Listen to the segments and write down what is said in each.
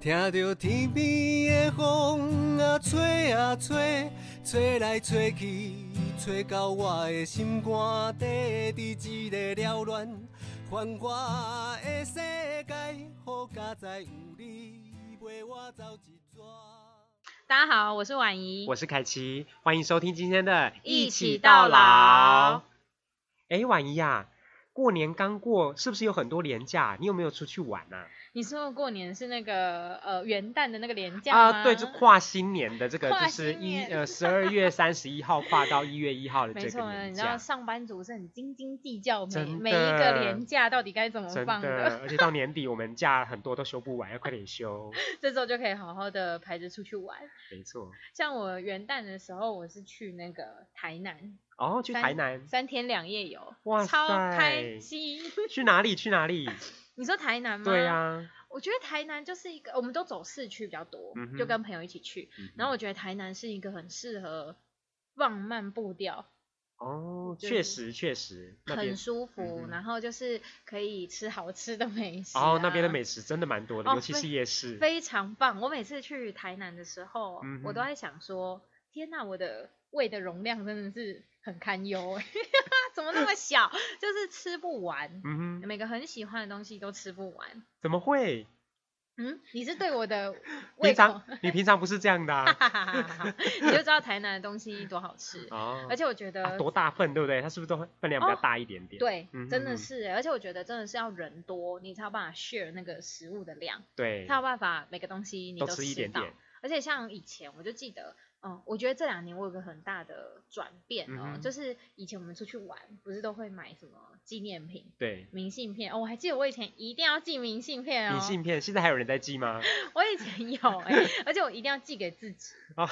听着天边的风啊吹啊吹，吹来吹去，吹到我的心肝底，伫一个缭乱繁华的世界，好佳哉有你陪我走一转。大家好，我是婉怡，我是凯奇，欢迎收听今天的《一起到老。哎，婉怡呀、过年刚过，是不是有很多年假？你有没有出去玩啊呢、你说过年是那个呃元旦的那个年假啊？吗对，就跨新年的这个，跨就是新一年呃十二月三十一号跨到一月一号的没这错个呢，年你知道假，上班族是很斤斤计较每真的每一个年假到底该怎么真放的，而且到年底我们假很多都休不完，要快点休。 这时候就可以好好的排着出去玩。没错，像我元旦的时候，我是去那个台南哦，去三台南，三天两夜游，哇超塞开心。去哪里？去哪里？你说台南吗？对啊，我觉得台南就是一个，我们都走市区比较多，嗯哼就跟朋友一起去。然后我觉得台南是一个很适合浪漫步调，哦，就确是实确实，那边很舒服，嗯哼然后就是可以吃好吃的美食、啊哦那边的。美食真的蛮多的，哦尤其非是夜市。非常棒！我每次去台南的时候，嗯哼我都在想说，天呐，我的胃的容量真的是很堪忧 哎，怎么那么小？就是吃不完，嗯哼，每个很喜欢的东西都吃不完。怎么会？嗯，你是对我的胃平口常，你平常不是这样 的啊？哈哈哈哈 你就知道台南的东西多好吃，哦而且我觉啊得多大份，对不对？它是不是都会分量比较哦大一点点？对，嗯真的哼是欸，而且我觉得真的是要人多，你才有办法 share 那个食物的量，对才有办法每个东西你都吃吃一点到点。而且像以前，我就记得，嗯，我觉得这两年我有个很大的转变哦，嗯哼就是以前我们出去玩，不是都会买什么纪念品、对，明信片哦，我还记得我以前一定要寄明信片哦，明信片现在还有人在寄吗？我以前有哎、 而且我一定要寄给自己啊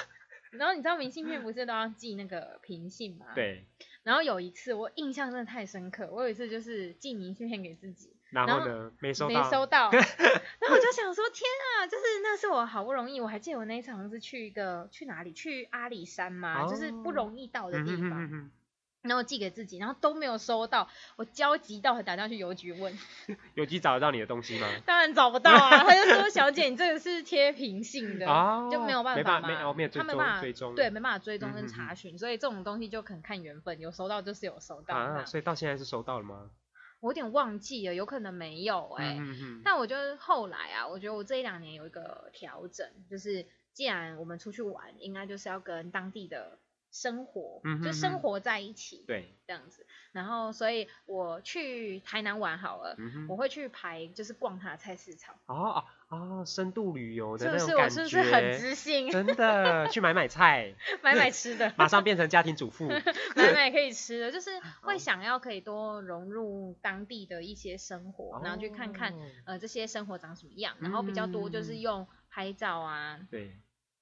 然后你知道明信片不是都要寄那个平信吗？。 对，然后有一次我印象真的太深刻，我有一次就是寄明信片给自己，然然后后呢，没收没到，收 到，然后我就想说天啊，就是那是我好不容易，我还记得我那一次好像是去一个去哪里去阿里山嘛，就是不哦容易到的嗯地哼哼方哼，哼然后寄给自己，然后都没有收到，我焦急到还打电话去邮局问，有机找得到你的东西吗？当然找不到 啊，他就说小姐你这个是贴平信的，哦就没有办没法办嘛，没哦没有追他没踪办法追踪对，没办法追踪嗯跟嗯嗯查询，所以这种东西就可能看缘分，有收到就是有收到。那啊，所以到现在是收到了吗？我有点忘记了，有可能没有哎、嗯哼哼，但我就是后来啊，我觉得我这一两年有一个调整，就是既然我们出去玩，应该就是要跟当地的生活，嗯就哼生哼活在一起，对，这样子。然后，所以我去台南玩好了，嗯我哼，会去排就是逛它的菜市场。哦哦哦，深度旅游是的不那是种我感是不是很觉，知性？ 真的去买买菜，，买买吃的马上变成家庭主 妇。买买可以吃的， 就是会想要可以多融入当地的一些生活，然后去看看哦，嗯呃这些生活长什么样，然后比较多就是用拍照啊，对，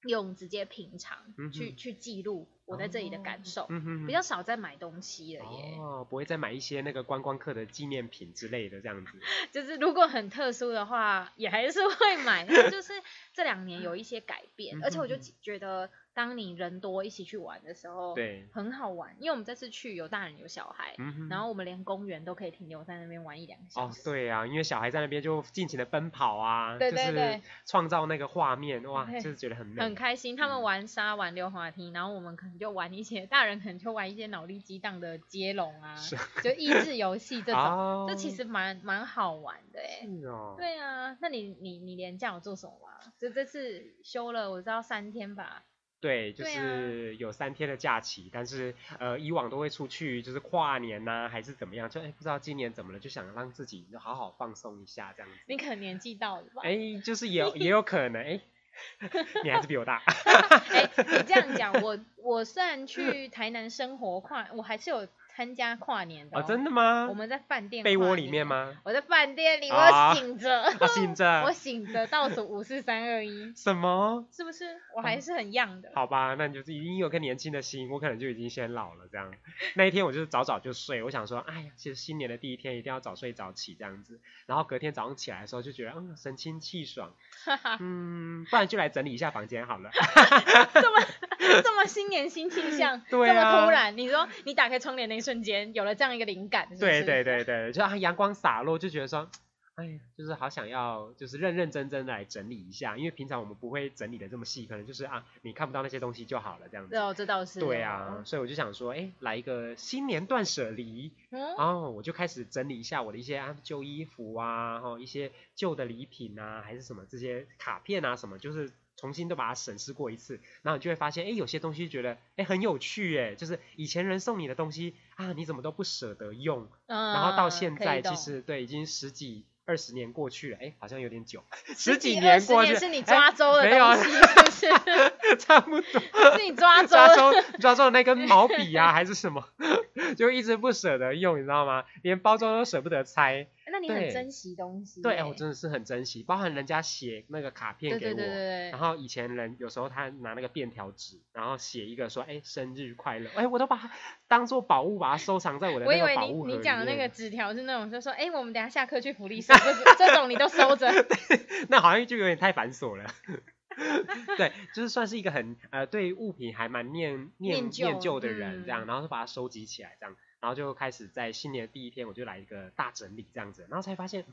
用直接品尝嗯哼去去记录我在这里的感受，嗯哼哼，比较少在买东西了耶。哦，不会再买一些那个观光客的纪念品之类的这样子。 就是如果很特殊的话，也还是会买。但是就是这两年有一些改变嗯，哼而且我就哼觉得，当你人多一起去玩的时候，对，很好玩。因为我们这次去有大人有小孩，嗯哼。然后我们连公园都可以停留在那边玩一两个小哦时。，对啊，因为小孩在那边就尽情的奔跑啊，对对对就是创造那个画面， 哇，对就是觉得很美。很开心，他们嗯玩沙、玩溜滑梯，然后我们可能就玩一些，大人可能就玩一些脑力激荡的接龙啊，是就益智游戏 这种，哦，这其实蛮蛮好玩的哎、是哦，对啊，那你你你连假有做什么吗？就这次休了，我知道三天吧。对，就对啊是有三天的假期，但是呃，以往都会出去，就是跨年呐、还是怎么样，就哎不知道今年怎么了，就想让自己好好放松一下这样子。你可能年纪到了吧？哎、 哎，就是也有也有可能，哎，你还是比 我大，哎你这样 讲，我我虽然去台南生活跨，我还是有参加跨年的、哦，真的、的吗我？们在饭店被跨窝年啊里面？吗？ 我在饭店里，我啊醒着，啊，醒着我醒着倒数五四三二一，什么？是不是？我还是很样的。好吧，那你就是已经有个年轻的心，我可能就已经先老了这样。那一天我就是早早就睡，我想说，哎呀，其实新年的第一天一定要早睡早起这样子。然后隔天早上起来的时候就觉得，嗯，神清 气爽，嗯，不然就来整理一下房间好了。这么新年新气象，对这啊么突然，你说你打开窗帘那一瞬间有了这样一个灵感，是不是对对对对，就啊阳光洒落，就觉得说。哎呀，就是好想要，就是认认真真的来整理一下，因为平常我们不会整理的这么细，可能就是啊，你看不到那些东西就好了这样子。对哦，这倒是。对啊，，所以我就想说，哎，来一个新年断舍离，嗯，哦，我就开始整理一下我的一些啊旧衣服啊，然、后一些旧的礼品啊，还是什么这些卡片啊什么，就是重新都把它审视过一次，然后你就会发现，哎，有些东西觉得哎很有趣哎，就是以前人送你的东西啊，你怎么都不舍得用，然然后到现在其实对已经十几二十年过去了，哎，好像有点久，十几年过去了，是你哎抓周的没有东啊西，是 不是？差不多。 是你抓周抓的。周抓周的那根毛 笔啊，还是什么，就一直不舍得用，你知道吗？连包装都舍不得拆。哎那你很对珍惜东西耶。对，哎我真的是很珍惜，包含人家写那个卡片对给对我。对对然对。后以前人有时候他拿那个便条纸，然后写一个说，哎，生日快乐，哎，我都把它当做宝物，把它收藏在我的我那以个为宝你物盒你里讲的那面个纸条是那种，就说，哎，我们等一下下课去福 利社，这种这种你都收着。那好像就有点太繁琐了。 对，就是算是一个很呃对物品还蛮念念念旧念旧的人，这样，嗯然后就把它收集起来，这样，然后就开始在新年的第一天我就来一个大整理这样子，然后才发现。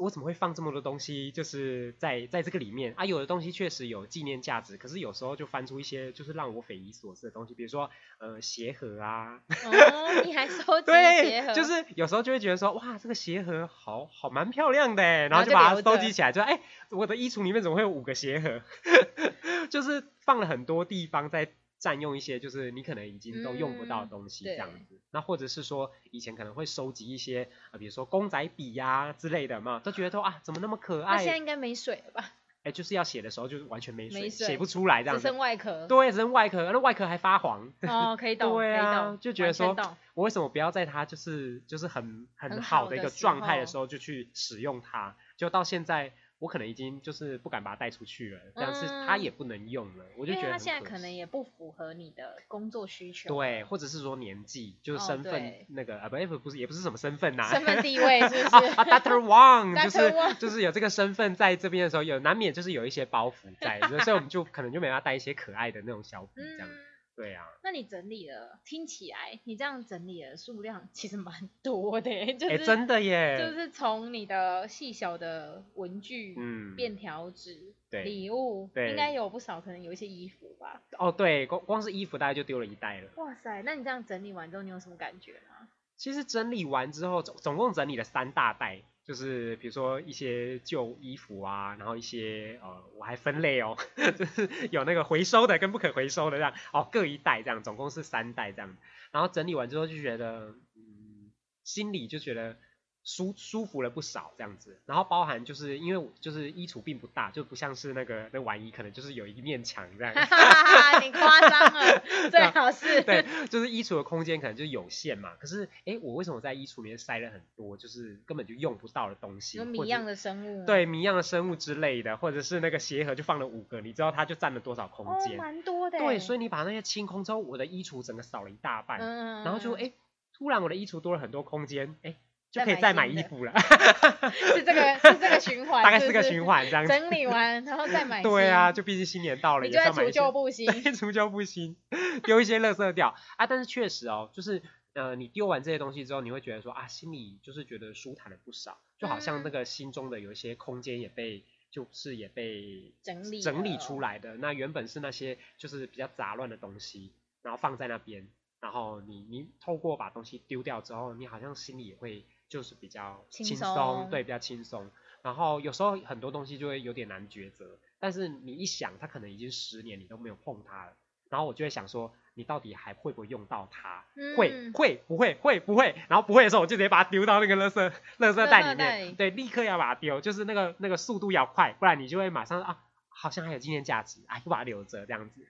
我怎么会放这么多东西？就是在在这个里面啊，有的东西确实有纪念价值，可是有时候就翻出一些就是让我匪夷所思的东西，比如说呃鞋盒啊，哦，你还收集鞋盒？ 对，就是有时候就会觉得说，哇，这个鞋盒好好蛮漂亮的欸，然然后后就就把留它收着集起来，就哎、我的衣橱里面怎么会有五个鞋盒？ 就是放了很多地方在占用一些，就是你可能已经都用不到的嗯东西对这样子。那或者是说，以前可能会收集一些，呃，比如说公仔笔呀、之类的嘛，都觉得说啊，怎么那么可那现在爱？应该没水了吧？哎，就是要写的时候就是完全没没水，水写不出来这样只子剩。外壳。对，只剩外壳，那外壳还发黄。哦，可以懂，对啊可以懂，就觉得完全说懂我为什么不要在它就是就是很很很好好的一的个时状态的候时候就去使用它？就到现在，我可能已经就是不敢把它带出去了，但是它嗯也不能用了，我就因为觉得它很现在可可能惜也不符合你的工作需求，对，或者是说年纪，就是哦身份、对那个啊，不不不是也不是什么身份呐、身份 地位是不啊是？啊，Doctor Wang 就 Dr. Wang 是就是有这个身份在这边的时候，有难免就是有一些包袱在，所以我们就可能就没办法带一些可爱的那种小笔 这样。嗯，对啊，那你整理了，听起来你这样整理的数量其实蛮多的耶，就哎、是、真的耶，就是从你的细小的文具、嗯，便条纸、对礼物，对应该有不少，可能有一些衣服吧。哦，对，光光是衣服大概就丢了一袋了。哇塞，那你这样整理完之后，你有什么感觉吗？ 其实整理完之后，总总共整理了三大袋，就是比如说一些旧衣服啊，然后一些呃，我还分类哦， 就是有那个回收的跟不可回收的这样，哦，各一袋这样，总共是三袋这样。然后整理完之后就觉得，嗯，心里就觉得舒舒服了不少这样子。然后包含就是因为我就是衣橱并不大，就不像是那个那玩意可能就是有一面墙这样。哈哈哈，你夸张了，最好是 对，就是衣橱的空间可能就有限嘛。可是，哎、我为什么在衣橱里面塞了很多就是根本就用不到的东西？有或谜者样的生物，对谜样的生物之类的，或者是那个鞋盒就放了五个，你知道它就占了多少空哦，间？蛮多的耶。对，所以以你把那些清空之后，我的衣橱整个少了一大半，嗯，然后就哎、诶突然我的衣橱多了很多空间，哎、就再可以买再新买的衣 服了，是这 个是这个循环，大概是是不个是循。环这样子。整理完，然后再买新。 对啊，就毕竟新年到了，你也就是在要买除一些旧不新。 对，除旧不新，丢一些垃圾掉啊。但是确实哦，就是呃，你丢完这些东西之后，你会觉得说啊，心里就是觉得舒坦了不少，就好像那嗯个心中的有一些空间也被。就是也被整理整理了出来的，那原本是那些就是比较杂乱的东西，然后放在那边，然后你你透过把东西丢掉之后，你好像心里也会就是比较轻轻松松对，比较轻松。然后有时候很多东西就会有点难抉择，但是你一想，它可能已经十年你都没有碰它了，然后我就会想说，你到底还会不会用到它？会嗯会不会会不会？然后不会的时候，我就直接把它丢到那个垃圾垃圾袋垃圾袋里面， 对，立刻要把它丢，就是那个那个速度要快，不然你就会马上啊，好像还有纪念价值，啊，就把它留着这样子。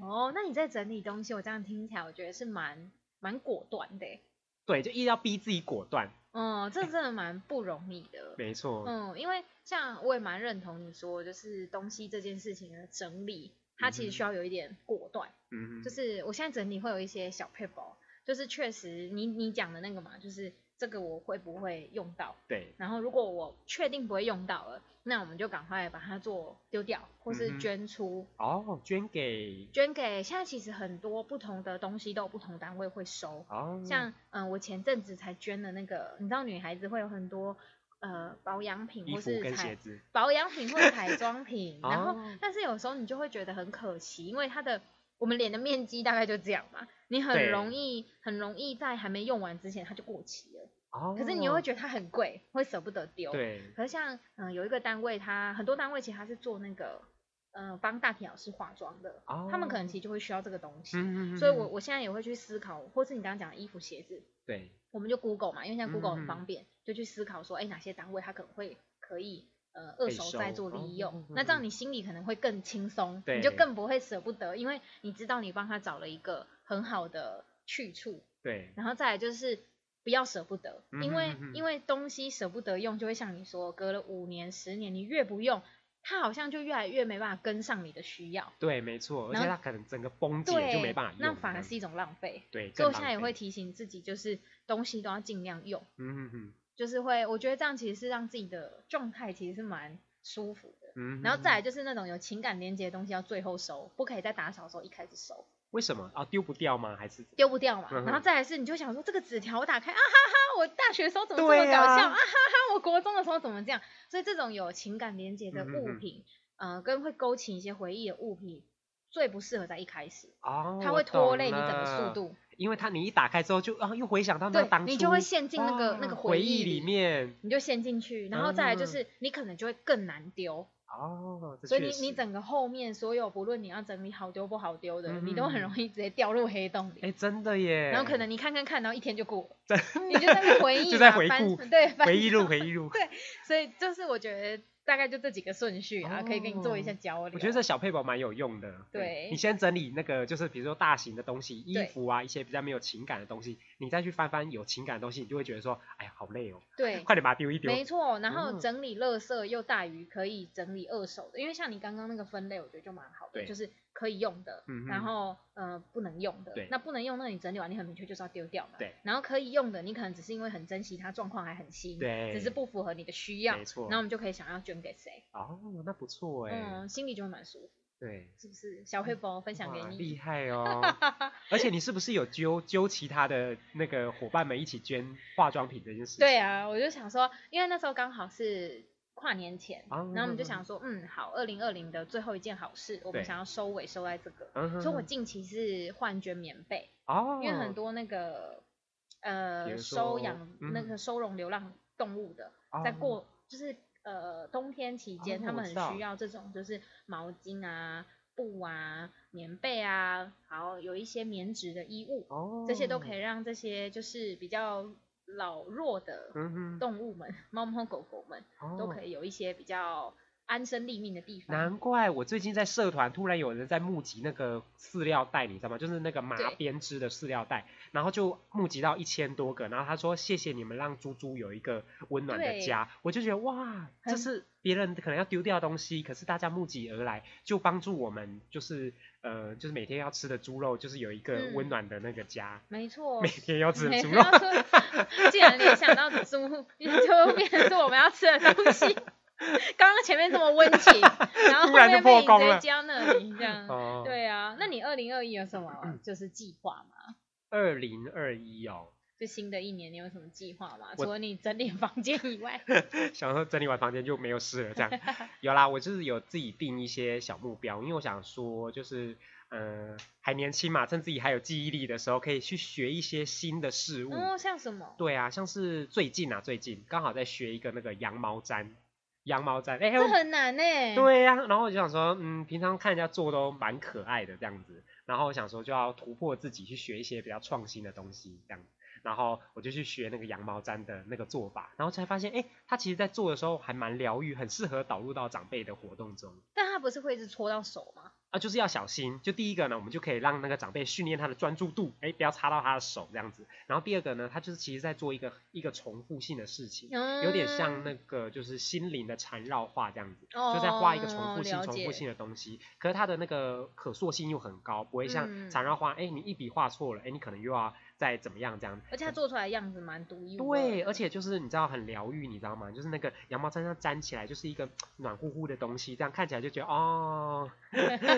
哦，那你在整理东西，我这样听起来，我觉得是蛮蛮果断的耶。对，就一定要逼自己果断，嗯，这真的蛮不容易的。没错，嗯，因为像我也蛮认同你说，就是东西这件事情的整理，它其实嗯哼需要有一点果断。嗯哼，就是我现在整理会有一些小 p a 就是确实你你讲的那个嘛，就是这个我会不会用到？对，然后如果我确定不会用到了，那我们就赶快把它做丢掉，或嗯是哼捐出，哦，捐给捐给现在其实很多不同的东西都有不同单位会收，哦，像嗯、呃我前阵子才捐了那个，你知道女孩子会有很多呃保养品衣或服是跟鞋彩子，保养品或彩妆品，然后哦但是有时候你就会觉得很可惜，因为它的我们脸的面积大概就这样嘛，你对很容易很容易在还没用完之前它就过期了，哦，可是你又会觉得它很贵，会舍不得丢。对，可是像嗯、呃有一个单位它，很多单位其实它是做那个呃帮大体老师化妆的，哦，他们可能其实就会需要这个东西，嗯，嗯，嗯所以我嗯我现在也会去思考，或是你刚刚讲的衣服鞋子，对我们就 Google 嘛，因为现在 Google 嗯嗯很方便，就去思考说，哎、哪些单位它可能会可以呃二回手再收做哦利用，嗯嗯那这样嗯你心里可能会更轻松，你就对更不会舍不得，因为你知道你帮他找了一个很好的去处，对，然后再来就是。不要舍不得，因为、嗯哼嗯哼因为东西舍不得用，就会像你说，隔了五年、十年，你越不用，它好像就越来越没办法跟上你的需要，对，没错，而然且后它可能整个崩解对，就没办法用这那样，反而是一种浪费。对，所以更我现浪在也会费，提醒自己，就是东西都要尽量用，嗯嗯嗯就是会，我觉得这样其实是让自己的状态其实是蛮舒服的。嗯，然后嗯再嗯来就是那种有情感连接的东西，要最后收，不可以在打扫的时候一开始收，为什么啊？丢不掉吗？还是丢不掉嘛。嗯哼然后再来是，你就想说这个纸条我打开啊哈哈，我大学的时候怎么这么对搞啊笑啊哈哈，我国中的时候怎么这样？所以这种有情感连接的嗯哼物哼品，呃，跟会勾起一些回忆的物品，最不适合在一开始，哦，它我会拖懂累你整个了速，度。因为它你一打开之后就啊又回想到那对当，初，你就会陷进那个那啊个回忆里，面你就陷进去，然后再来就嗯是你可能就会更难丢，哦，这所以你确你实整个后面所有不论你要整理好丢不好丢的，你都很嗯容易直接掉入黑洞哎里。真的耶，然后可能你看看看，然后一天就过了，真你就在那边回忆 就在嘛回翻顾对翻回忆录 找回忆录，所以就是我觉得大概就这几个顺序啊，可以跟你做一下哦交流。我觉得这小配宝蛮有用的。嗯对你先整理那个，就是比如说大型的东西，衣对服啊，一些比较没有情感的东西，你再去翻翻有情感的东西，你就会觉得说，哎呀，好累哦，对，快点把它丢一丢。没错。然后嗯整理垃圾又大于可以整理二手的，因为像你刚刚那个分类，我觉得就蛮好的，对就是可以用的，嗯哼然后呃不能用的对，那不能用，那你整理完你很明确就是要丢掉嘛。对。然后可以用的，你可能只是因为很珍惜它，状况还很新，对只是不符合你的需要，没错然后我们就可以想要捐给谁，哦，那不错哎、嗯，心里就会蛮舒服，对，是不是？小黑包分享给哇你厉。害哦。而且你是不是有揪揪其他的那个伙伴们一起捐化妆品这件事？对，啊，我就想说，因为那时候刚好是跨年前，啊然后我们就想说，嗯，好，二零二零的最后一件好事，我们对想要收尾收在这个，嗯哼所以我哼近期是换捐棉被，哦，因为很多那个比呃如收说养那嗯个收容流浪动物的，在哦过就是呃冬天期间，哦他我们知道很需要这种就是毛巾啊、布啊、棉被啊，然后有一些棉质的衣物，哦，这些都可以。让这些就是比较老弱的嗯哦哼，动物们、猫猫狗狗们都可以。以有一些比较安身立命的地方。难怪我最近在社团突然有人在募集那个饲料袋，你知道吗？就是那个麻对编织的饲料袋，然后就募集到一千多个。然后他说：“谢谢你们让猪猪有一个温暖的对家。”我就觉得哇，这很是别人可能要丢掉的东西，可是大家募集而来，就帮助我们，就是呃，就是每天要吃的猪肉，就是有一个嗯温哦暖的那个家，没错每，天 要吃的没猪肉。说， 竟然联想到猪， 就会变成是我们要吃的东西。刚刚前面这么温情，然后突后然就面被破你功直接了接到那里这样。哦，对啊，那你二零二一有什么就是计划吗？二零二一哦，就新的一年你有什么计划吗？除我嗯了你整理房间以 外，想说整理完房间就没有事了，这样。有啦，我就是有自己定一些小目标，因为我想说，就是呃还年轻嘛，趁自己还有记忆力的时候，可以去学一些新的事物。哦，像什么？对啊，像是最近啊，最近刚好在学一个那个羊毛毡，羊毛毡，哎、这很难呢、对呀、然后我就想说，嗯，平常看人家做都蛮可爱的这样子，然后我想说就要突破自己，去学一些比较创新的东西这样子。然后我就去学那个羊毛毡的那个做法，然后才发现，哎，它其实在做的时候还蛮疗愈，很适合导入到长辈的活动中但它不是会一直戳到手吗？啊。就是要小心，就第一个呢，我们就可以让那个长辈训练他的专注度，哎，不要插到他的手这样子。然后第二个呢，他就是其实在做一个一个重复性的事情，嗯有点像那个就是心灵的缠绕画这样子。哦，就在画一个重复性、了重解复性的东西。可是它的那个可塑性又很高，不会像嗯缠绕画，哎、你一笔画错了，哎、你可能又要再怎么样这样。而且它做出来的样子蛮独一无二的。对，而且就是你知道很疗愈，你知道吗？就是那个羊毛毡上粘起来，就是一个暖乎乎的东西，这样看起来就觉 得哦，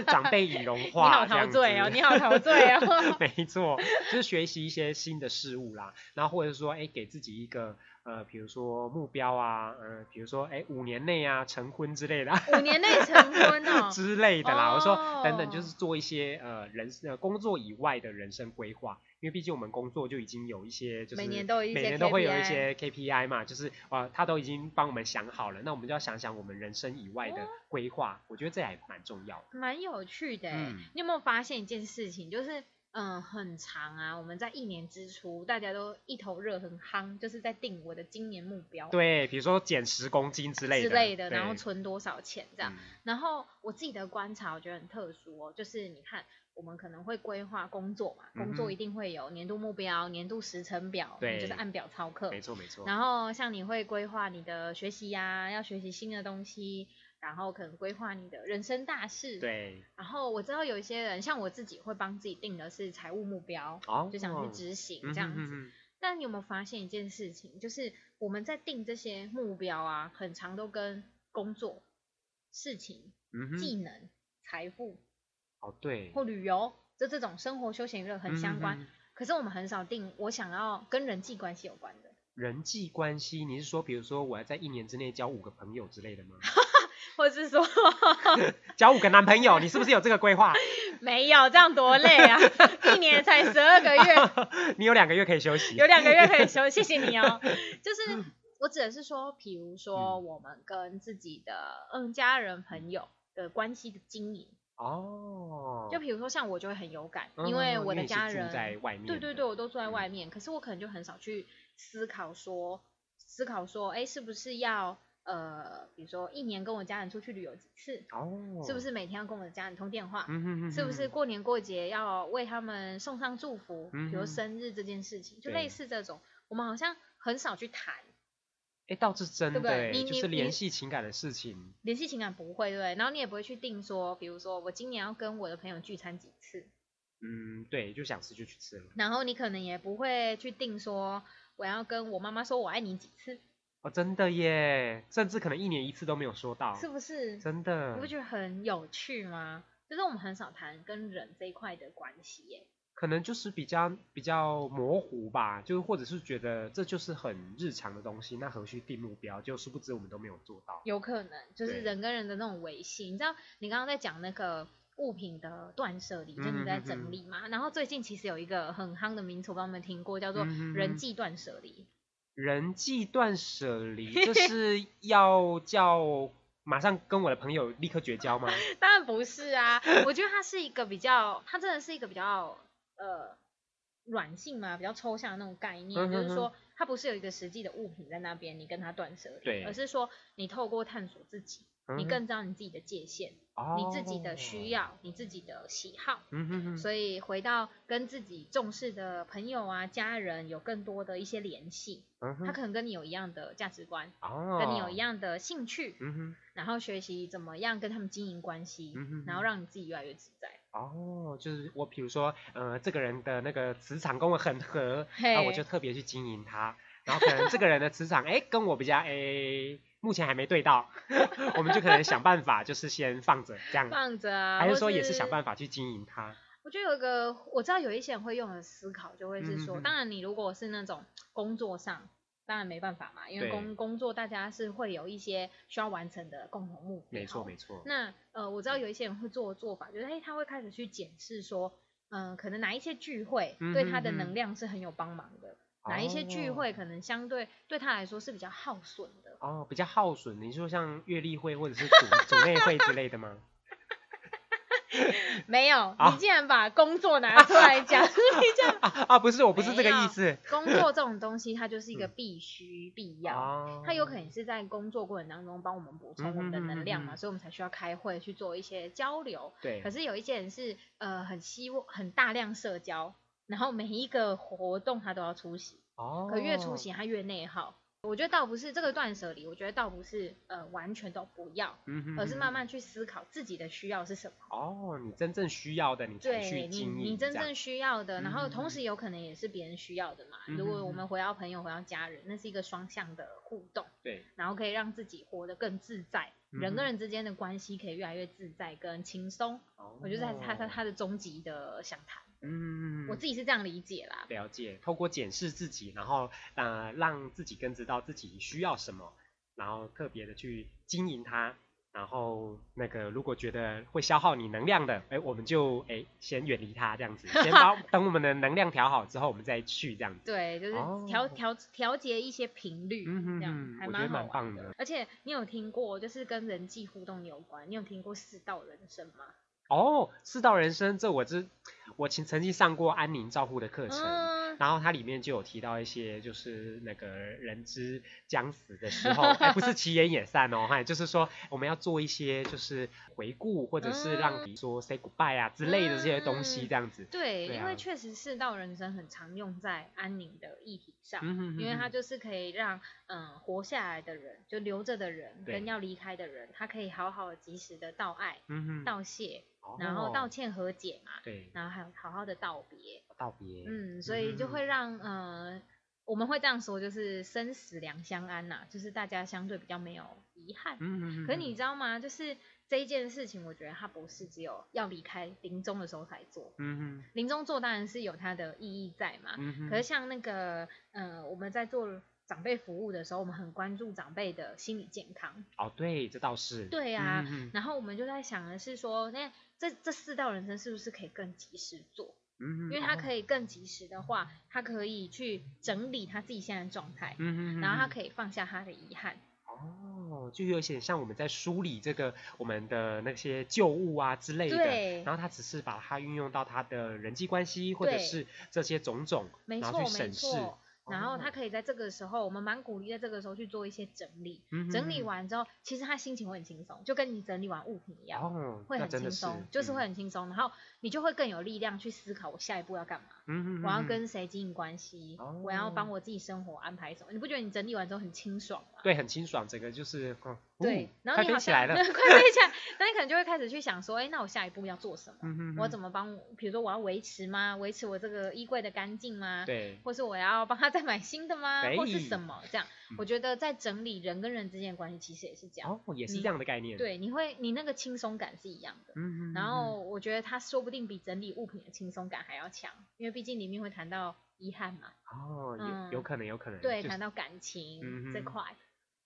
长辈以融你好化。陶醉哦，啊！你好陶醉 哦。没错，就是学习一些新的事物啦，然后或者说，哎，给自己一个呃，比如说目标啊，呃，比如说哎五年内啊成婚之类的啊、五年内成婚哦， 之类的啦。我说等等，哦就是做一些呃人呃工作以外的人生规划，因为毕竟我们工作就已经有一些就是每年都有一每些年都会有一 KPI 些 KPI 嘛，就是呃他都已经帮我们想好了，那我们就要想想我们人生以外的规划，我觉得这还蛮重要的。蛮有趣的欸、嗯你有没有发现一件事情？就是嗯、呃很长啊，我们在一年之初，大家都一头热，很夯，就是在定我的今年目标对，比如说减十公斤之类的之类的，然后对存多少钱这样。嗯然后我自己的观察，我觉得很特殊哦，就是你看，我们可能会规划工作嘛，工嗯作哼一定会有年度目标、年度时程表，对你就是按表操课嗯没。错没错，然后像你会规划你的学习呀、要学习新的东西，然后可能规划你的人生大事，对，然后我知道有一些人，像我自己会帮自己定的是财务目标，哦，就想去执行嗯这样哼子。哼哼但你有没有发现一件事情，就是我们在定这些目标啊，很常都跟工作、事情、嗯哼技能、财富哦对，或旅游这这种生活休闲娱乐很相关。嗯哼哼可是我们很少定我想要跟人际关系有关的，人际关系，你是说，比如说我要在一年之内交五个朋友之类的吗？或者是说交五个男朋友，你是不是有这个规划？没有这样多累啊，一年才十二个月， 你有两个月可以休息有。两个月可以休，谢谢你哦。就是我指的是说，比如说嗯我们跟自己的嗯家人朋友的关系的经营，哦，就比如说像我就会很有感，嗯因为嗯我因的你是家住人，在外面，对对对，，我都住在嗯外面，可是我可能就很少去思考说，思考说，哎，是不是要呃，比如说一年跟我家人出去旅游几次，哦，是不？是每天要跟我的家人通电话？嗯哼哼是不是哼哼？过年过节要为他们送上祝福，嗯比如哼生日这件事情，就对类似这种，我们好像很少去谈哎，倒是真对不的对欸，你就你是联你系情感的事情。联系情感，不会对不对？然后你也不会去定说，比如说我今年要跟我的朋友聚餐几次，嗯，对，就想吃就去吃了。然后你可能也不会去定说我要跟我妈妈说我爱你几次，哦，真的耶，甚至可能一年一次都没有说到，是不是？哦真的。你不觉得很有趣吗？就是我们很少谈跟人这一块的关系耶。可能就是比较比较模糊吧，就是或者是觉得这就是很日常的东西，那何须定目标？就殊不知我们都没有做到。有可能就是对人跟人的那种维系。你知道，你刚刚在讲那个物品的断舍离，就嗯你在嗯嗯整理嘛。然后最近其实有一个很夯的名词，我不知道你们听过，叫做嗯嗯嗯人际断舍离。 人际断舍离，这是要叫马上跟我的朋友立刻绝交吗？当然不是啊，我觉得它是一个比较，它真的是一个比较呃软性嘛，比较抽象的那种概念，嗯哼就是说哼它不是有一个实际的物品在那边，你跟它断舍对离，而是说你透过探索自己，你嗯更知道你自己的界限，哦你自己的需，要，你自己的喜好。嗯哼哼，所以回到跟自己重视的朋友啊、家人有更多的一些联系，嗯他哼，可能跟你有一样的价值观，哦，跟你有一，样的兴趣，嗯哼，然后学习怎么样跟他们经营关系嗯哼，然后哼让你自己越来越自在。哦，就是我比如说，呃，这个人的那个磁场跟我很合，然后我嘿就特别去经营他，然后可能这个人的磁场，哎，跟我比较，哎，目前还没对到， 我们就可能想办法，就是先放着这样，放着啊，嗯还或是说也是想办法？法去经营他？我觉得有一个我知道有一些人会用的思考，就会是嗯说，哼哼当然你如果是那种工作上。当然没办法嘛，因为对工工作大家是会有一些需要完成的共同目标。没错没错，那呃，我知嗯道有一些人会做的做法，就是哎，他会开始去检视说，嗯、可能哪一些聚会对他的嗯哼哼能量是很有帮忙的，哪一些聚哦会可能相对对他来说是比较耗损的。哦，比较耗损，你说像月例会或者是组组内会之类 的吗？没有，啊你竟然把工作拿出来 讲，你这样啊啊，不是，我不是这个没意有思。工作这种东西，它就是一个嗯必须必要。哦，它有可能是在工作过程当中帮我们补充我们的能量嗯哼哼嘛，哼所以我们才需要开会去做一些交流。对可，是有一些人是呃很希望很大量社交，然后每一个活动他都要出席，哦，可越出席他越内耗。我觉得倒不是这个断舍离，我觉得倒不是呃完全都不要，嗯哼，而是嗯慢哼慢去思考自己的需要是什么。哦，你真正需要的你才对去你，经营，你真这样正需要的，然后嗯同时有可能也是别人需要的嘛。如果我们回到朋友，回到家人，那是一个双向的互动，对，然后可以让自己活得更自在，人嗯跟哼人之间的关系可以越来越自在跟轻松。我我觉得它是它它他它的终极的想谈。哦嗯，我自己是这样理解啦。了解，透过检视自己，然后呃让自己更知道自己需要什么，然后特别的去经营它。然后那个如果觉得会消耗你能量的，哎，我们就哎先远离它这 样子，先把等我们的能量调好之后，我们再去这样子。对，就是哦调调调节一些频率，嗯哼这样哼还我觉得蛮好蛮玩棒的的。而且你有听过，就是跟人际互动有关，你有听过四道人生吗？哦，四道人生这我知，我曾曾经上过安宁照护的课程。嗯，然后它里面就有提到一些，就是那个人之将死的时候，哎，不是其言也善哦，嗨，就是说我们要做一些就是回顾，或者是让你说 say goodbye 啊之类的这些东西，嗯这样子。对，对因为啊确实四道人生很常用在安宁的议题上。嗯哼因为它就就是可以让嗯、呃活下来的人，就留着的人对跟要离开的人，他可以好好的及时的道爱、嗯哼，道谢，然后道哦歉和解嘛，对然后还有好好的道别，道别，嗯，所以就会让呃我们会这样说，就是生死两相安呐、就是大家相对比较没有遗憾。嗯哼哼可你哼知道吗？就是这一件事情，我觉得它不是只有要离开临终的时候才做，嗯哼临终做当然是有它的意义在嘛，嗯哼，可是像那个呃，我们在做长辈服务的时候，我们很关注长辈的心理健康。哦对，这倒是对啊，嗯哼然后我们就在想的是说，那这这四道人生是不是可以更及时做？嗯哼，因为他可以，以更及时的话，他可以去整理他自己现在的状态，嗯哼哼，然后哼他可以放下他的遗憾。哦，就有点像我们在梳理这个我们的那些旧物啊之类对的，然后他只是把它运用到他的人际关系或者对是这些种种，没然错后去，没审视，错。然后他哦可以在这个时候，我们蛮鼓励在这个时候去做一些整理。嗯整理哼完之后，其实他心情会很轻松，就跟你整理完物品一样。哦，会那很真的轻是嗯松，就是会，很轻松，然后你就会更有力量去思考我下一步要干嘛，嗯哦嗯，我要嗯跟谁经营关系，我要帮我自己生活安排什么。你不觉得你整理完之后很清爽吗？对很清爽，整个就是哦对哦然后快你好飞起像来了， 快飞起来，那你可能就会开始去想说，哎，那我下一步要做什么？嗯哼我哼怎么帮我？比如说我要维持吗？维持我这个衣柜的干净吗？对，或是我要帮他再买新的吗？或是什哎么这样？我觉得在整理人跟人之间的关系，其实也是这样。哦，也是你这样的概念，，对，你会你那个轻松感是一样的。嗯哼，然嗯后我觉得它说不定比整理物品的轻松感还要强，因为毕竟里面会谈到遗憾嘛，哦，有嗯有可能，有可能，对，就谈是到感情、嗯这哼块，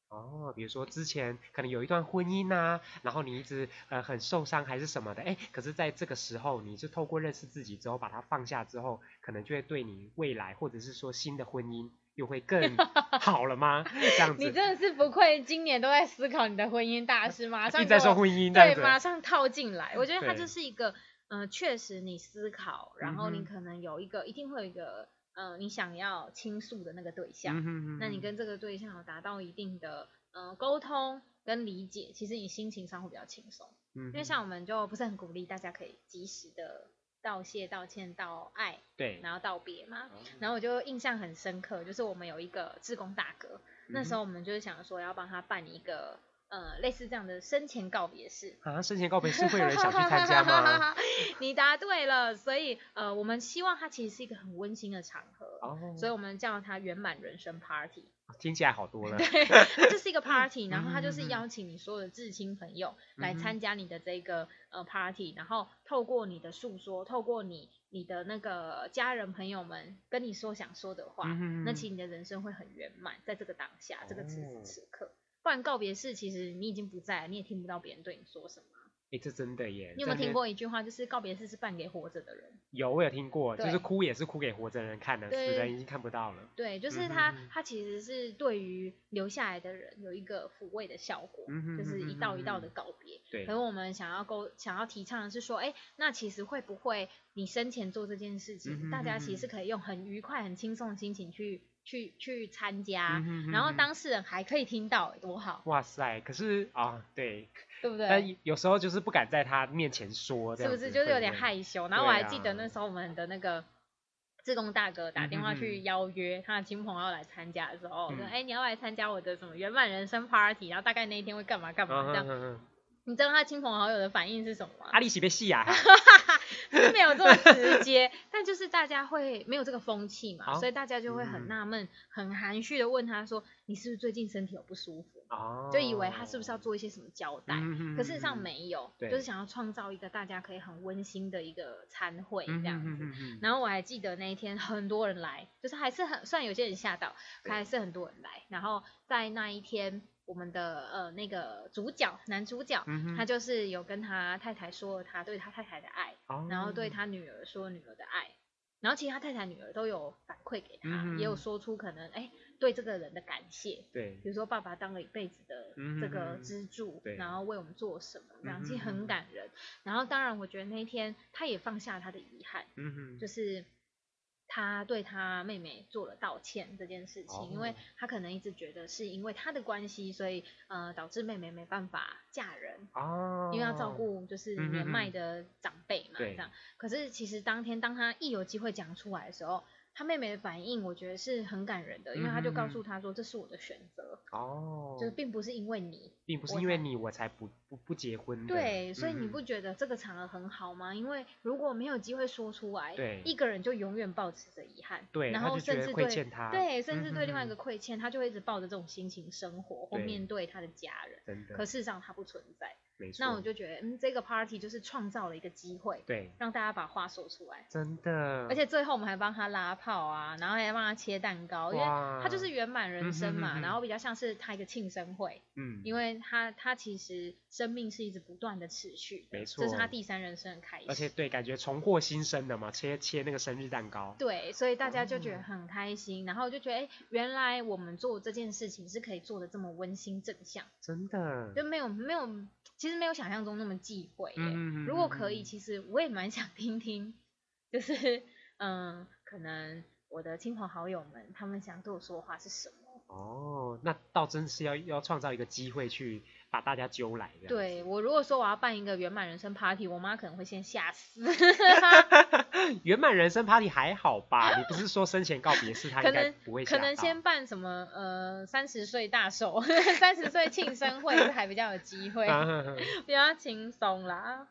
哦，比如说之前可能有一段婚姻呐、然后你一直呃很受伤还是什么的，哎，可是在这个时候，你是透过认识自己之后，把它放下之后，可能就会对你未来或者是说新的婚姻又会 更好了吗？这样你子，真的是不愧今年都在思考你的婚姻大师，马 一上直在给说我婚姻这对，样子，马上套进来。我觉得它就对是一个，呃，确实你思考，然后你嗯哼可能有一个，一定会有一个，呃，你想要倾诉的那个对象，嗯哼哼那你哼跟这个对象有达到一定的，呃，沟通跟理解，其实你心情上会比较轻松。嗯因为哼像我们就不是很鼓励大家可以及时的道谢、道歉、道爱，对，然后道别嘛。哦然后我就印象很深刻，就是我们有一个志工大哥，嗯那时候我们就是想说要帮他办一个呃类似这样的生前告别式。啊，生前告别式会有人想去参 加吗？？你答对了，所以呃，我们希望它其实是一个很温馨的场合，哦，所以我们叫它圆满人生 party。听起来好多 了，对，它就是一个 party，然后他就是嗯邀请你所有的至亲朋友来嗯哼参加你的这个呃 party，然后透过你的诉说，透过你你的那个家人朋友们跟你说想说的话，嗯那哼其实你的人生会很圆满，在这个当下，这个此时哦此刻。不然告别式其实你已经不在了，你也听不到别人对你说什么。哎，这真的耶，你有没有在那听边？过一句话，就是告别式是办给活着的人？有，我有听过，就对是哭也是哭给活着人看的，死对人已经看不到了。对，就是他，嗯哼他其实是对于留下来的人有一个抚慰的效果，嗯哼就是一道一道的嗯告别。对可，是我们想要沟想要提倡的是说，哎，那其实会不会你生前做这件事情，嗯哼大家嗯哼其实是可以用很愉快、很轻松的心情去去去参加，嗯哼嗯啊然后哼嗯当事人还可以听到，哎多好，哇塞，可是啊，对，对不对？但有时候就是不敢在他面前说，这是样不子是就是会有点会？害羞？然后我还对记得啊那时候我们的那个。志工大哥打电话嗯去哼哼邀约他的亲朋友来参加的时候，说：“嗯哎、你要来参加我的什么圆满人生 party？” 然后大概那一天会干嘛干嘛嗯这嗯样。嗯嗯，你知道他亲朋好友的反应是什么吗？阿里喜被戏啊， 是没有这么直接，但就是大家会没有这个风气嘛，好所以大家就会很嗯纳闷、很含蓄的问他说：“你是不是最近身体有不舒服？”哦，就以为他是不是要做一些什么交代，嗯？可事实上没有，对就是想要创造一个大家可以很温馨的一个餐会嗯这样子。嗯嗯嗯嗯然后我还记得那一天 很多人来，就是还是很虽然有些人吓到，可对还是很多人来。然后在那一天，我们的呃那个主角男主角，嗯哼他就是有跟他太太说他对他太太的爱，哦然后对他女儿说女儿的爱。然后其实他太太、女儿都有反馈给他，嗯也有说出可能哎对这个人的感谢，对比如说爸爸当了一辈子的这个嗯支柱，对然后为我们做什么，这样其实嗯嗯很嗯感人。然后当然，我觉得那一天他也放下他的遗憾，嗯哼就是他对他妹妹做了道歉这件事情，因为哦他可能一直觉得是因为他的关系，所以呃导致妹妹没办法嫁人。哦，因为要照顾就是嗯嗯年迈嗯的长辈嘛，对这样。可是其实当天当他一有机会讲出来的时候，他妹妹的反应我觉得是很感人的，因为他就告嗯嗯嗯诉他说：“这是我的选择。”哦，就是并不是因为你。并不是我因为才你我才不不不结婚的，对，所以你嗯不哼觉得这个场合很好吗？因为如果没有机会说出来，对一个人就永远保持着遗憾，对，然他后就觉甚得至亏对欠他，对，甚至嗯对另外嗯一个亏欠，他就会一直抱着这种心情生活或对面对他的家人，真的，可事实上他不存在。没错，那我就觉得，嗯，这个 party 就是创造了一个机会，对，让大家把话说出来。真的，而且最后我们还帮他拉炮啊，然后还帮他切蛋糕，因为哇，他就是圆满人生嗯哼嗯嘛，哼然后比较像是他一个庆生会，嗯，因为他他其实生命是一直不断的持续的，没这是他错第三人生的开始。而且对，感觉重获新生的嘛，切切那个生日蛋糕，对，所以大家就觉得哦很开心，然后就觉得哎、诶原来我们做这件事情是可以做的这么温馨正向，真的，就没有没有，其实没有想象中那么忌讳耶。嗯如果可以，嗯其实我也蛮想听听，就是嗯，可能我的亲朋好友们他们想对我说的话是什么。哦，那倒真是要要创造一个机会去把大家揪来的，，对我如果说我要办一个圆满人生 party，我妈可能会先吓死， 圆满人生 party 还好吧？你不是说生前告别式，他可应该能不会可吓能到嗯先办什么呃三十岁大寿、 三十岁庆生会是还比较有机会，啊呵呵比较轻松啦。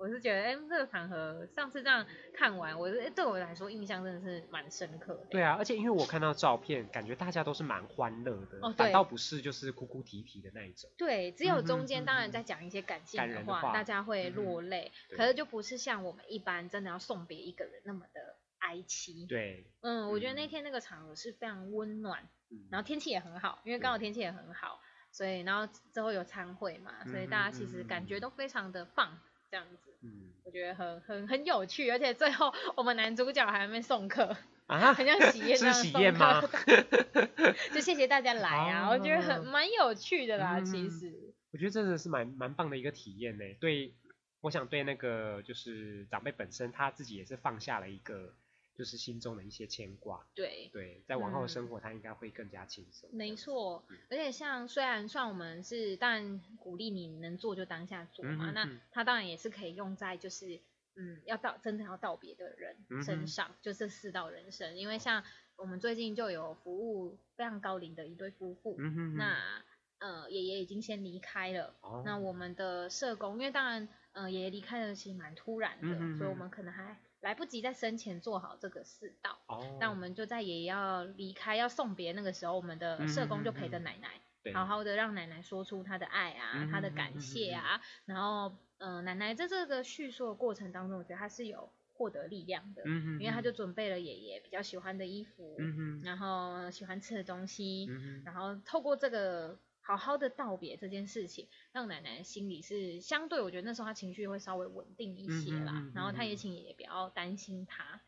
我是觉得，哎、这个场合上次这样看完，我是、哎诶对我来说印象真的是蛮深刻的。对啊，而且因为我看到照片，感觉大家都是蛮欢乐的，哦反对倒不是就是哭哭啼啼的那一种。对，只嗯有哼中间当嗯哼然在讲一些感性感人的话大家会嗯哼落泪，对可是就不是像我们一般真的要送别一个人那么的哀戚。对，嗯，我觉得嗯那天那个场合是非常温暖，嗯然后天气也很好，因为刚好对天气也很好，所以然后之后有餐会嘛，所以大家其实感嗯嗯嗯嗯觉都非常的棒，这样子嗯我觉得很很很有趣，而且最后我们男主角还没送客，啊，很像喜宴这是样喜送宴客吗？ 就谢谢大家来啊，我觉得很哦蛮有趣的啦，嗯其实我觉得真的是蛮蛮棒的一个体验呢。对，我想对那个就是长辈本身他自己也是放下了一个就是心中的一些牵挂。对。对，在往后的嗯生活他应该会更加轻松。没，错嗯，而且像虽然算我们是，当然鼓励你能做就当下做嘛，嗯哼那嗯它当然也是可以用在就是嗯要道真的要道别的人嗯哼身上，就这四道人生，因为像我们最近就有服务非常高龄的一对夫妇，嗯哼哼，那呃爷爷已经先离开了，哦那我们的社工，因为当然，呃，爷爷离开的其实蛮突然的，嗯哼所以我哼们可能还来不及在生前做好这个世道。哦，那我们就在爷爷要离开、要送别那个时候，我们的社工就陪着嗯哼哼哼奶奶，对好好的让奶奶说出她的爱啊、嗯她的哼哼感哼谢哼啊，然后，呃，奶奶在这个叙述的过程当中，我觉得她是有获得力量的，嗯哼，因为她就准备了爷爷比较喜欢的衣服，嗯哼，然后喜欢吃的东西，嗯哼，然后透过这个好好的道别这件事情，让奶奶心里是相对，我觉得那时候她情绪会稍微稳定一些啦。嗯嗯嗯嗯然后她嗯也请爷爷不要担心她。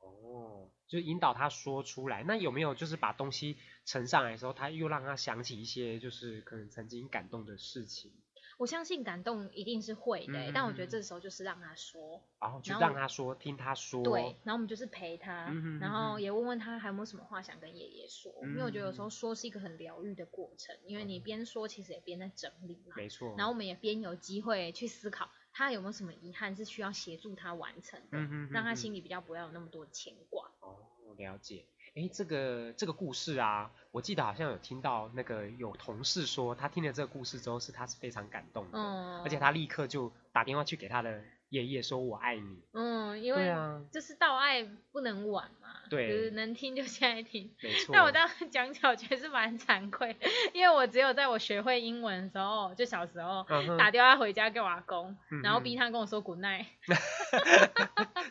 哦，就引导他说出来。那有没有就是把东西呈上来的时候，他又让他想起一些就是可能曾经感动的事情，我相信感动一定是会的欸、嗯嗯但我觉得嗯这时候就是让她说，然后就然后让他说，听他说，对，然后我们就是陪她，嗯哼嗯然后哼也问问她还有没有什么话想跟爷爷说，因为我觉得有时嗯候说是一个很疗愈的过程，因为你嗯边说其实也边在整理嘛，没错。然后我们也边有机会去思考他有没有什么遗憾是需要协助他完成的，嗯哼让哼他哼心里比较不要有那么多牵挂。哦，了解。诶，这个这个故事啊，我记得好像有听到那个有同事说，他听了这个故事之后，是他是非常感动的，嗯，而且他立刻就打电话去给他的夜夜说我爱你。嗯，因对为啊，就是道爱不能晚嘛，对就是能听就现在听。没错。但我当时讲起来，我觉得是蛮惭愧，因为我只有在我学会英文的时候，就小时候嗯哼打电话回家给我阿公，嗯然后嗯逼他跟我说 good night。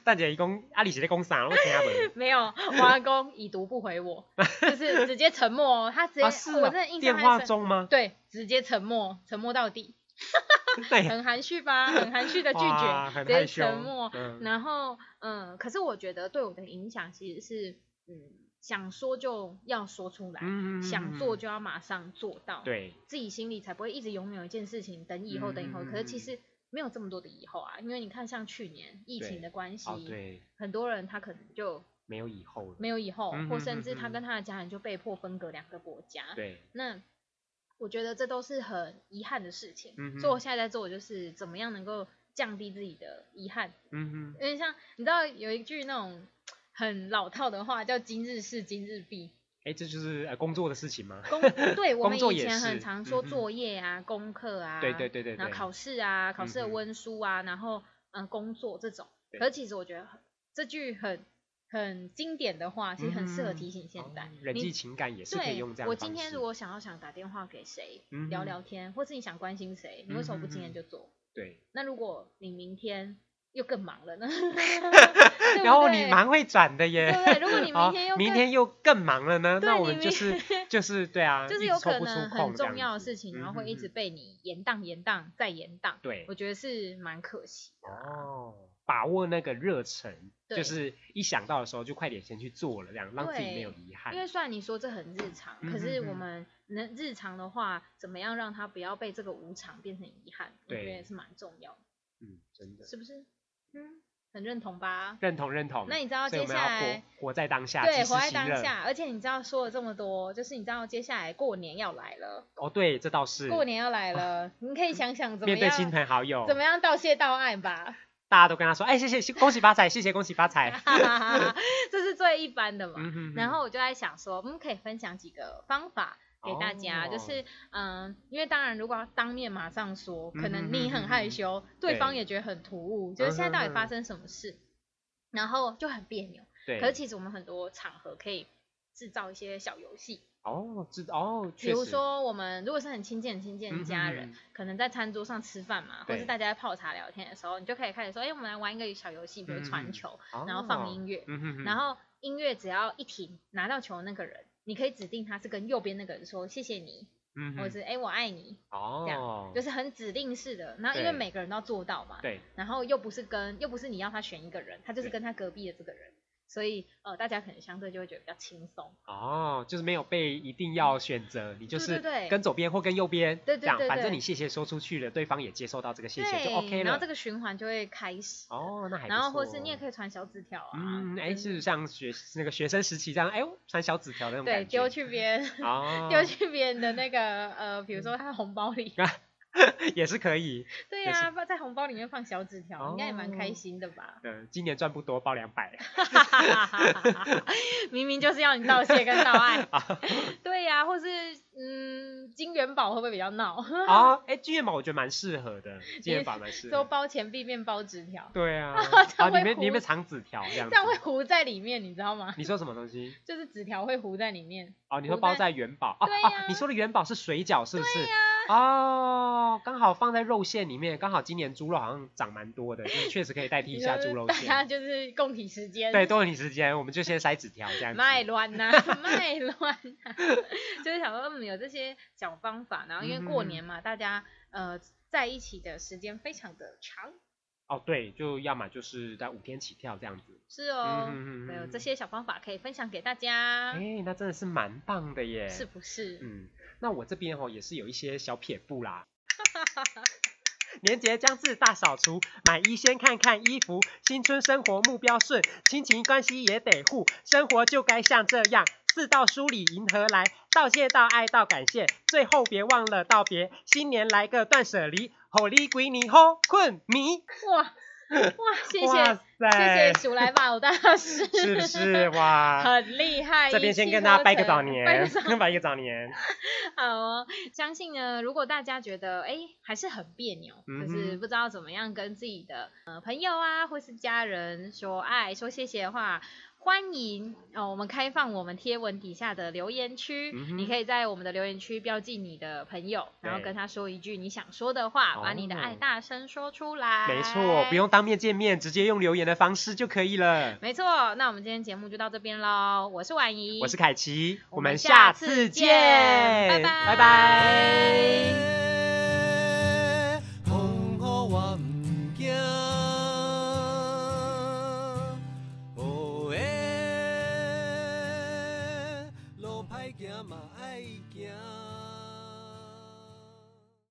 蛋姐一讲，啊，你是在讲啥？我听不懂。没有，我阿公已读不回 我，就是直接沉默哦，他直接，啊，是我哦真的印，象电太话深中吗？对，直接沉默，沉默到底，那也很含蓄吧，很含蓄的拒哇绝，很直害接羞。沉默。嗯然后，嗯，可是我觉得对我的影响其实是，嗯，想说就要说出来，嗯想做嗯就要马上做到，对，自己心里才不会一直永远有一件事情等以后等以后。可是嗯嗯嗯其嗯实没有这么多的以后啊，因为你看像去年疫对情的关系，哦对，很多人他可能就没有以后了。没有以后，嗯或哼甚哼至他哼跟他的家人就被迫分隔两个国家。对，那我觉得这都是很遗憾的事情，嗯哼所以我现在在做的就是怎么样能够降低自己的遗憾，嗯有点像你知道有一句那种很老套的话叫“今日事今日毕哎，这就是呃工作的事情吗？”， 工对我工们作以也前是很常说嗯嗯作业啊、功课啊，对对对对然后，对考试啊、考试的嗯哼温书啊，然后嗯、呃工作这种，对可是其实我觉得很这句很。很经典的话，其实很适合提醒现在。哦人你际情感也是可对，以用这样的方式。我今天如果想要想打电话给谁、嗯聊哼聊天，或是你想关心谁，你为什么不今天就嗯做？对，那如果你明天又更忙 了呢？ 然然后你蛮会转的对耶。不对？如果你明啊天又更、明天又更忙了呢，对那我你们就明 是就是对啊，就是一直有抽可不出能空很这样重要的子事情，然后嗯会一哼直哼被你延宕、延宕再延宕，对我觉得是蛮可惜的啊。哦，把握那个热忱，就对是一想到的时候就快点先去做了，这样让自己没有对遗憾因。为虽然你说这很日常，可是嗯哼我哼们能日常的话，怎么样让它不要被这个无常变成遗憾？我觉对得也是蛮重要的。嗯，真的是不是？嗯，很认同吧？认同认同。那你知道所以我接们要下来活活在当下，及对，时活在行当乐。下。而且你知道说了这么多，就是你知道接下来过年要来了，哦，对，这倒是。啊过年要来了，你可以想想怎么面对亲样朋好友，怎么样道谢道爱 吧，大家都跟他说，哎，谢谢，谢恭喜发财，谢谢恭喜发 财。哈哈哈哈这是最一般的嘛。嗯哼哼然后我就在想说，嗯，可以分享几个方法。给大家、哦就是，嗯，因为当然，如果要当面马上说，可嗯哼能哼你哼很害哼羞，对方对也觉得很突兀，就是现在到底嗯哼发哼生什么事，然后就很别扭。对，可是其实我们很多场合可以制造一些小游戏，哦，知哦，比确如实，说我们如果是很亲近、很亲近嗯的家人，哼哼可能在餐桌上吃饭嘛，或对是大家在泡茶聊天的时候，你就可以开始说：“哎、我们来玩一个小游戏，比如嗯嗯嗯传球，哦然后放音乐，嗯哼哼然后音乐只要一停，拿到球的那个人，你可以指定他是跟右边那个人说‘谢谢你’，嗯或者哼是‘哎、我爱你’，这样哦，就是是很指令式的。然后因为对每个人都要做到嘛，对，然后又不是跟又不是你要他选一个人，他就是对跟他隔壁的这个人，所以呃大家可能相对就会觉得比较轻松。哦，就是没有被一定要选择，你就嗯对是对对跟左边或跟右边，对对这样对反正对你谢谢说出去了，对方也接受到这个谢对，谢就 OK 然了后这。个循环就会开始。哦，那还不然后或是错你也可以传小纸条啊，嗯，哎，就是像学那个学生时期这样，哎呦，传小纸条的那种对感觉，丢去别人、 哦嗯丢去别人的那个呃，比如说他红包里，也是可以。对也是呀、放在红包里面放小纸条，应该也蛮哦？开心的吧嗯，今年赚不多，包两 百。明明就是要你道谢跟道爱， 啊对呀、或是嗯金元宝会不会比较闹？啊，哎，金元宝我觉得蛮适合的，金元宝蛮适都合。包钱币变包纸条，，对啊 这样啊，里会面里糊面藏纸条这样这子。样会糊在里面，你知道吗？你说什么东西？就是纸条会糊在里面。哦，你说我包在在元宝啊对啊！呀你说的元宝是水饺是不是？哦，刚好放在肉馅里面，刚好今年猪肉好像涨蛮多的，就是确实可以代替一下就是猪肉大家 馅。就是共体时间，对，多了你时间，我们就先塞纸条这样子。卖乱 呐，卖乱呐，就是想说嗯有这些小方法，然后因为过年嗯嘛，大家呃在一起的时间非常的长，哦，对，就要么就是在五天起跳这样子。是哦，嗯嗯嗯嗯对，有嗯这些小方法可以分享给大家，哎，那真的是蛮棒的耶。是不是？嗯，那我这边哦也是有一些小撇步啦。 年节将至，大扫除，买一先看看衣服，新春生活目标顺，亲情关系也得护，生活就该像这样，四道梳理迎合来，道谢道爱道感谢，最后别忘了道别，新年来个断舍离，吼哩鬼你吼困迷。哇，哇，谢哇谢塞谢谢，鼠来宝大师，是不是哇？ 很厉害？这边一先气跟大呵家拜个成早拜个年早， 拜个早年。好哦，相信呢，如果大家觉得哎还是很别扭，嗯就哼是不知道怎么样跟自己的呃朋友啊或是家人说爱说谢谢的话。欢迎哦，我们开放我们贴文底下的留言区，嗯哼你可以在我们的留言区标记你的朋友，然后对跟他说一句你想说的话，把你的爱哦大声说出来。没错，不用当面见面，直接用留言的方式就可以了。没错，那我们今天节目就到这边喽。我是婉仪，我是凯奇，我我们们下下次次见见，拜拜拜拜风雨我唔惊，雨的路歹行嘛爱行。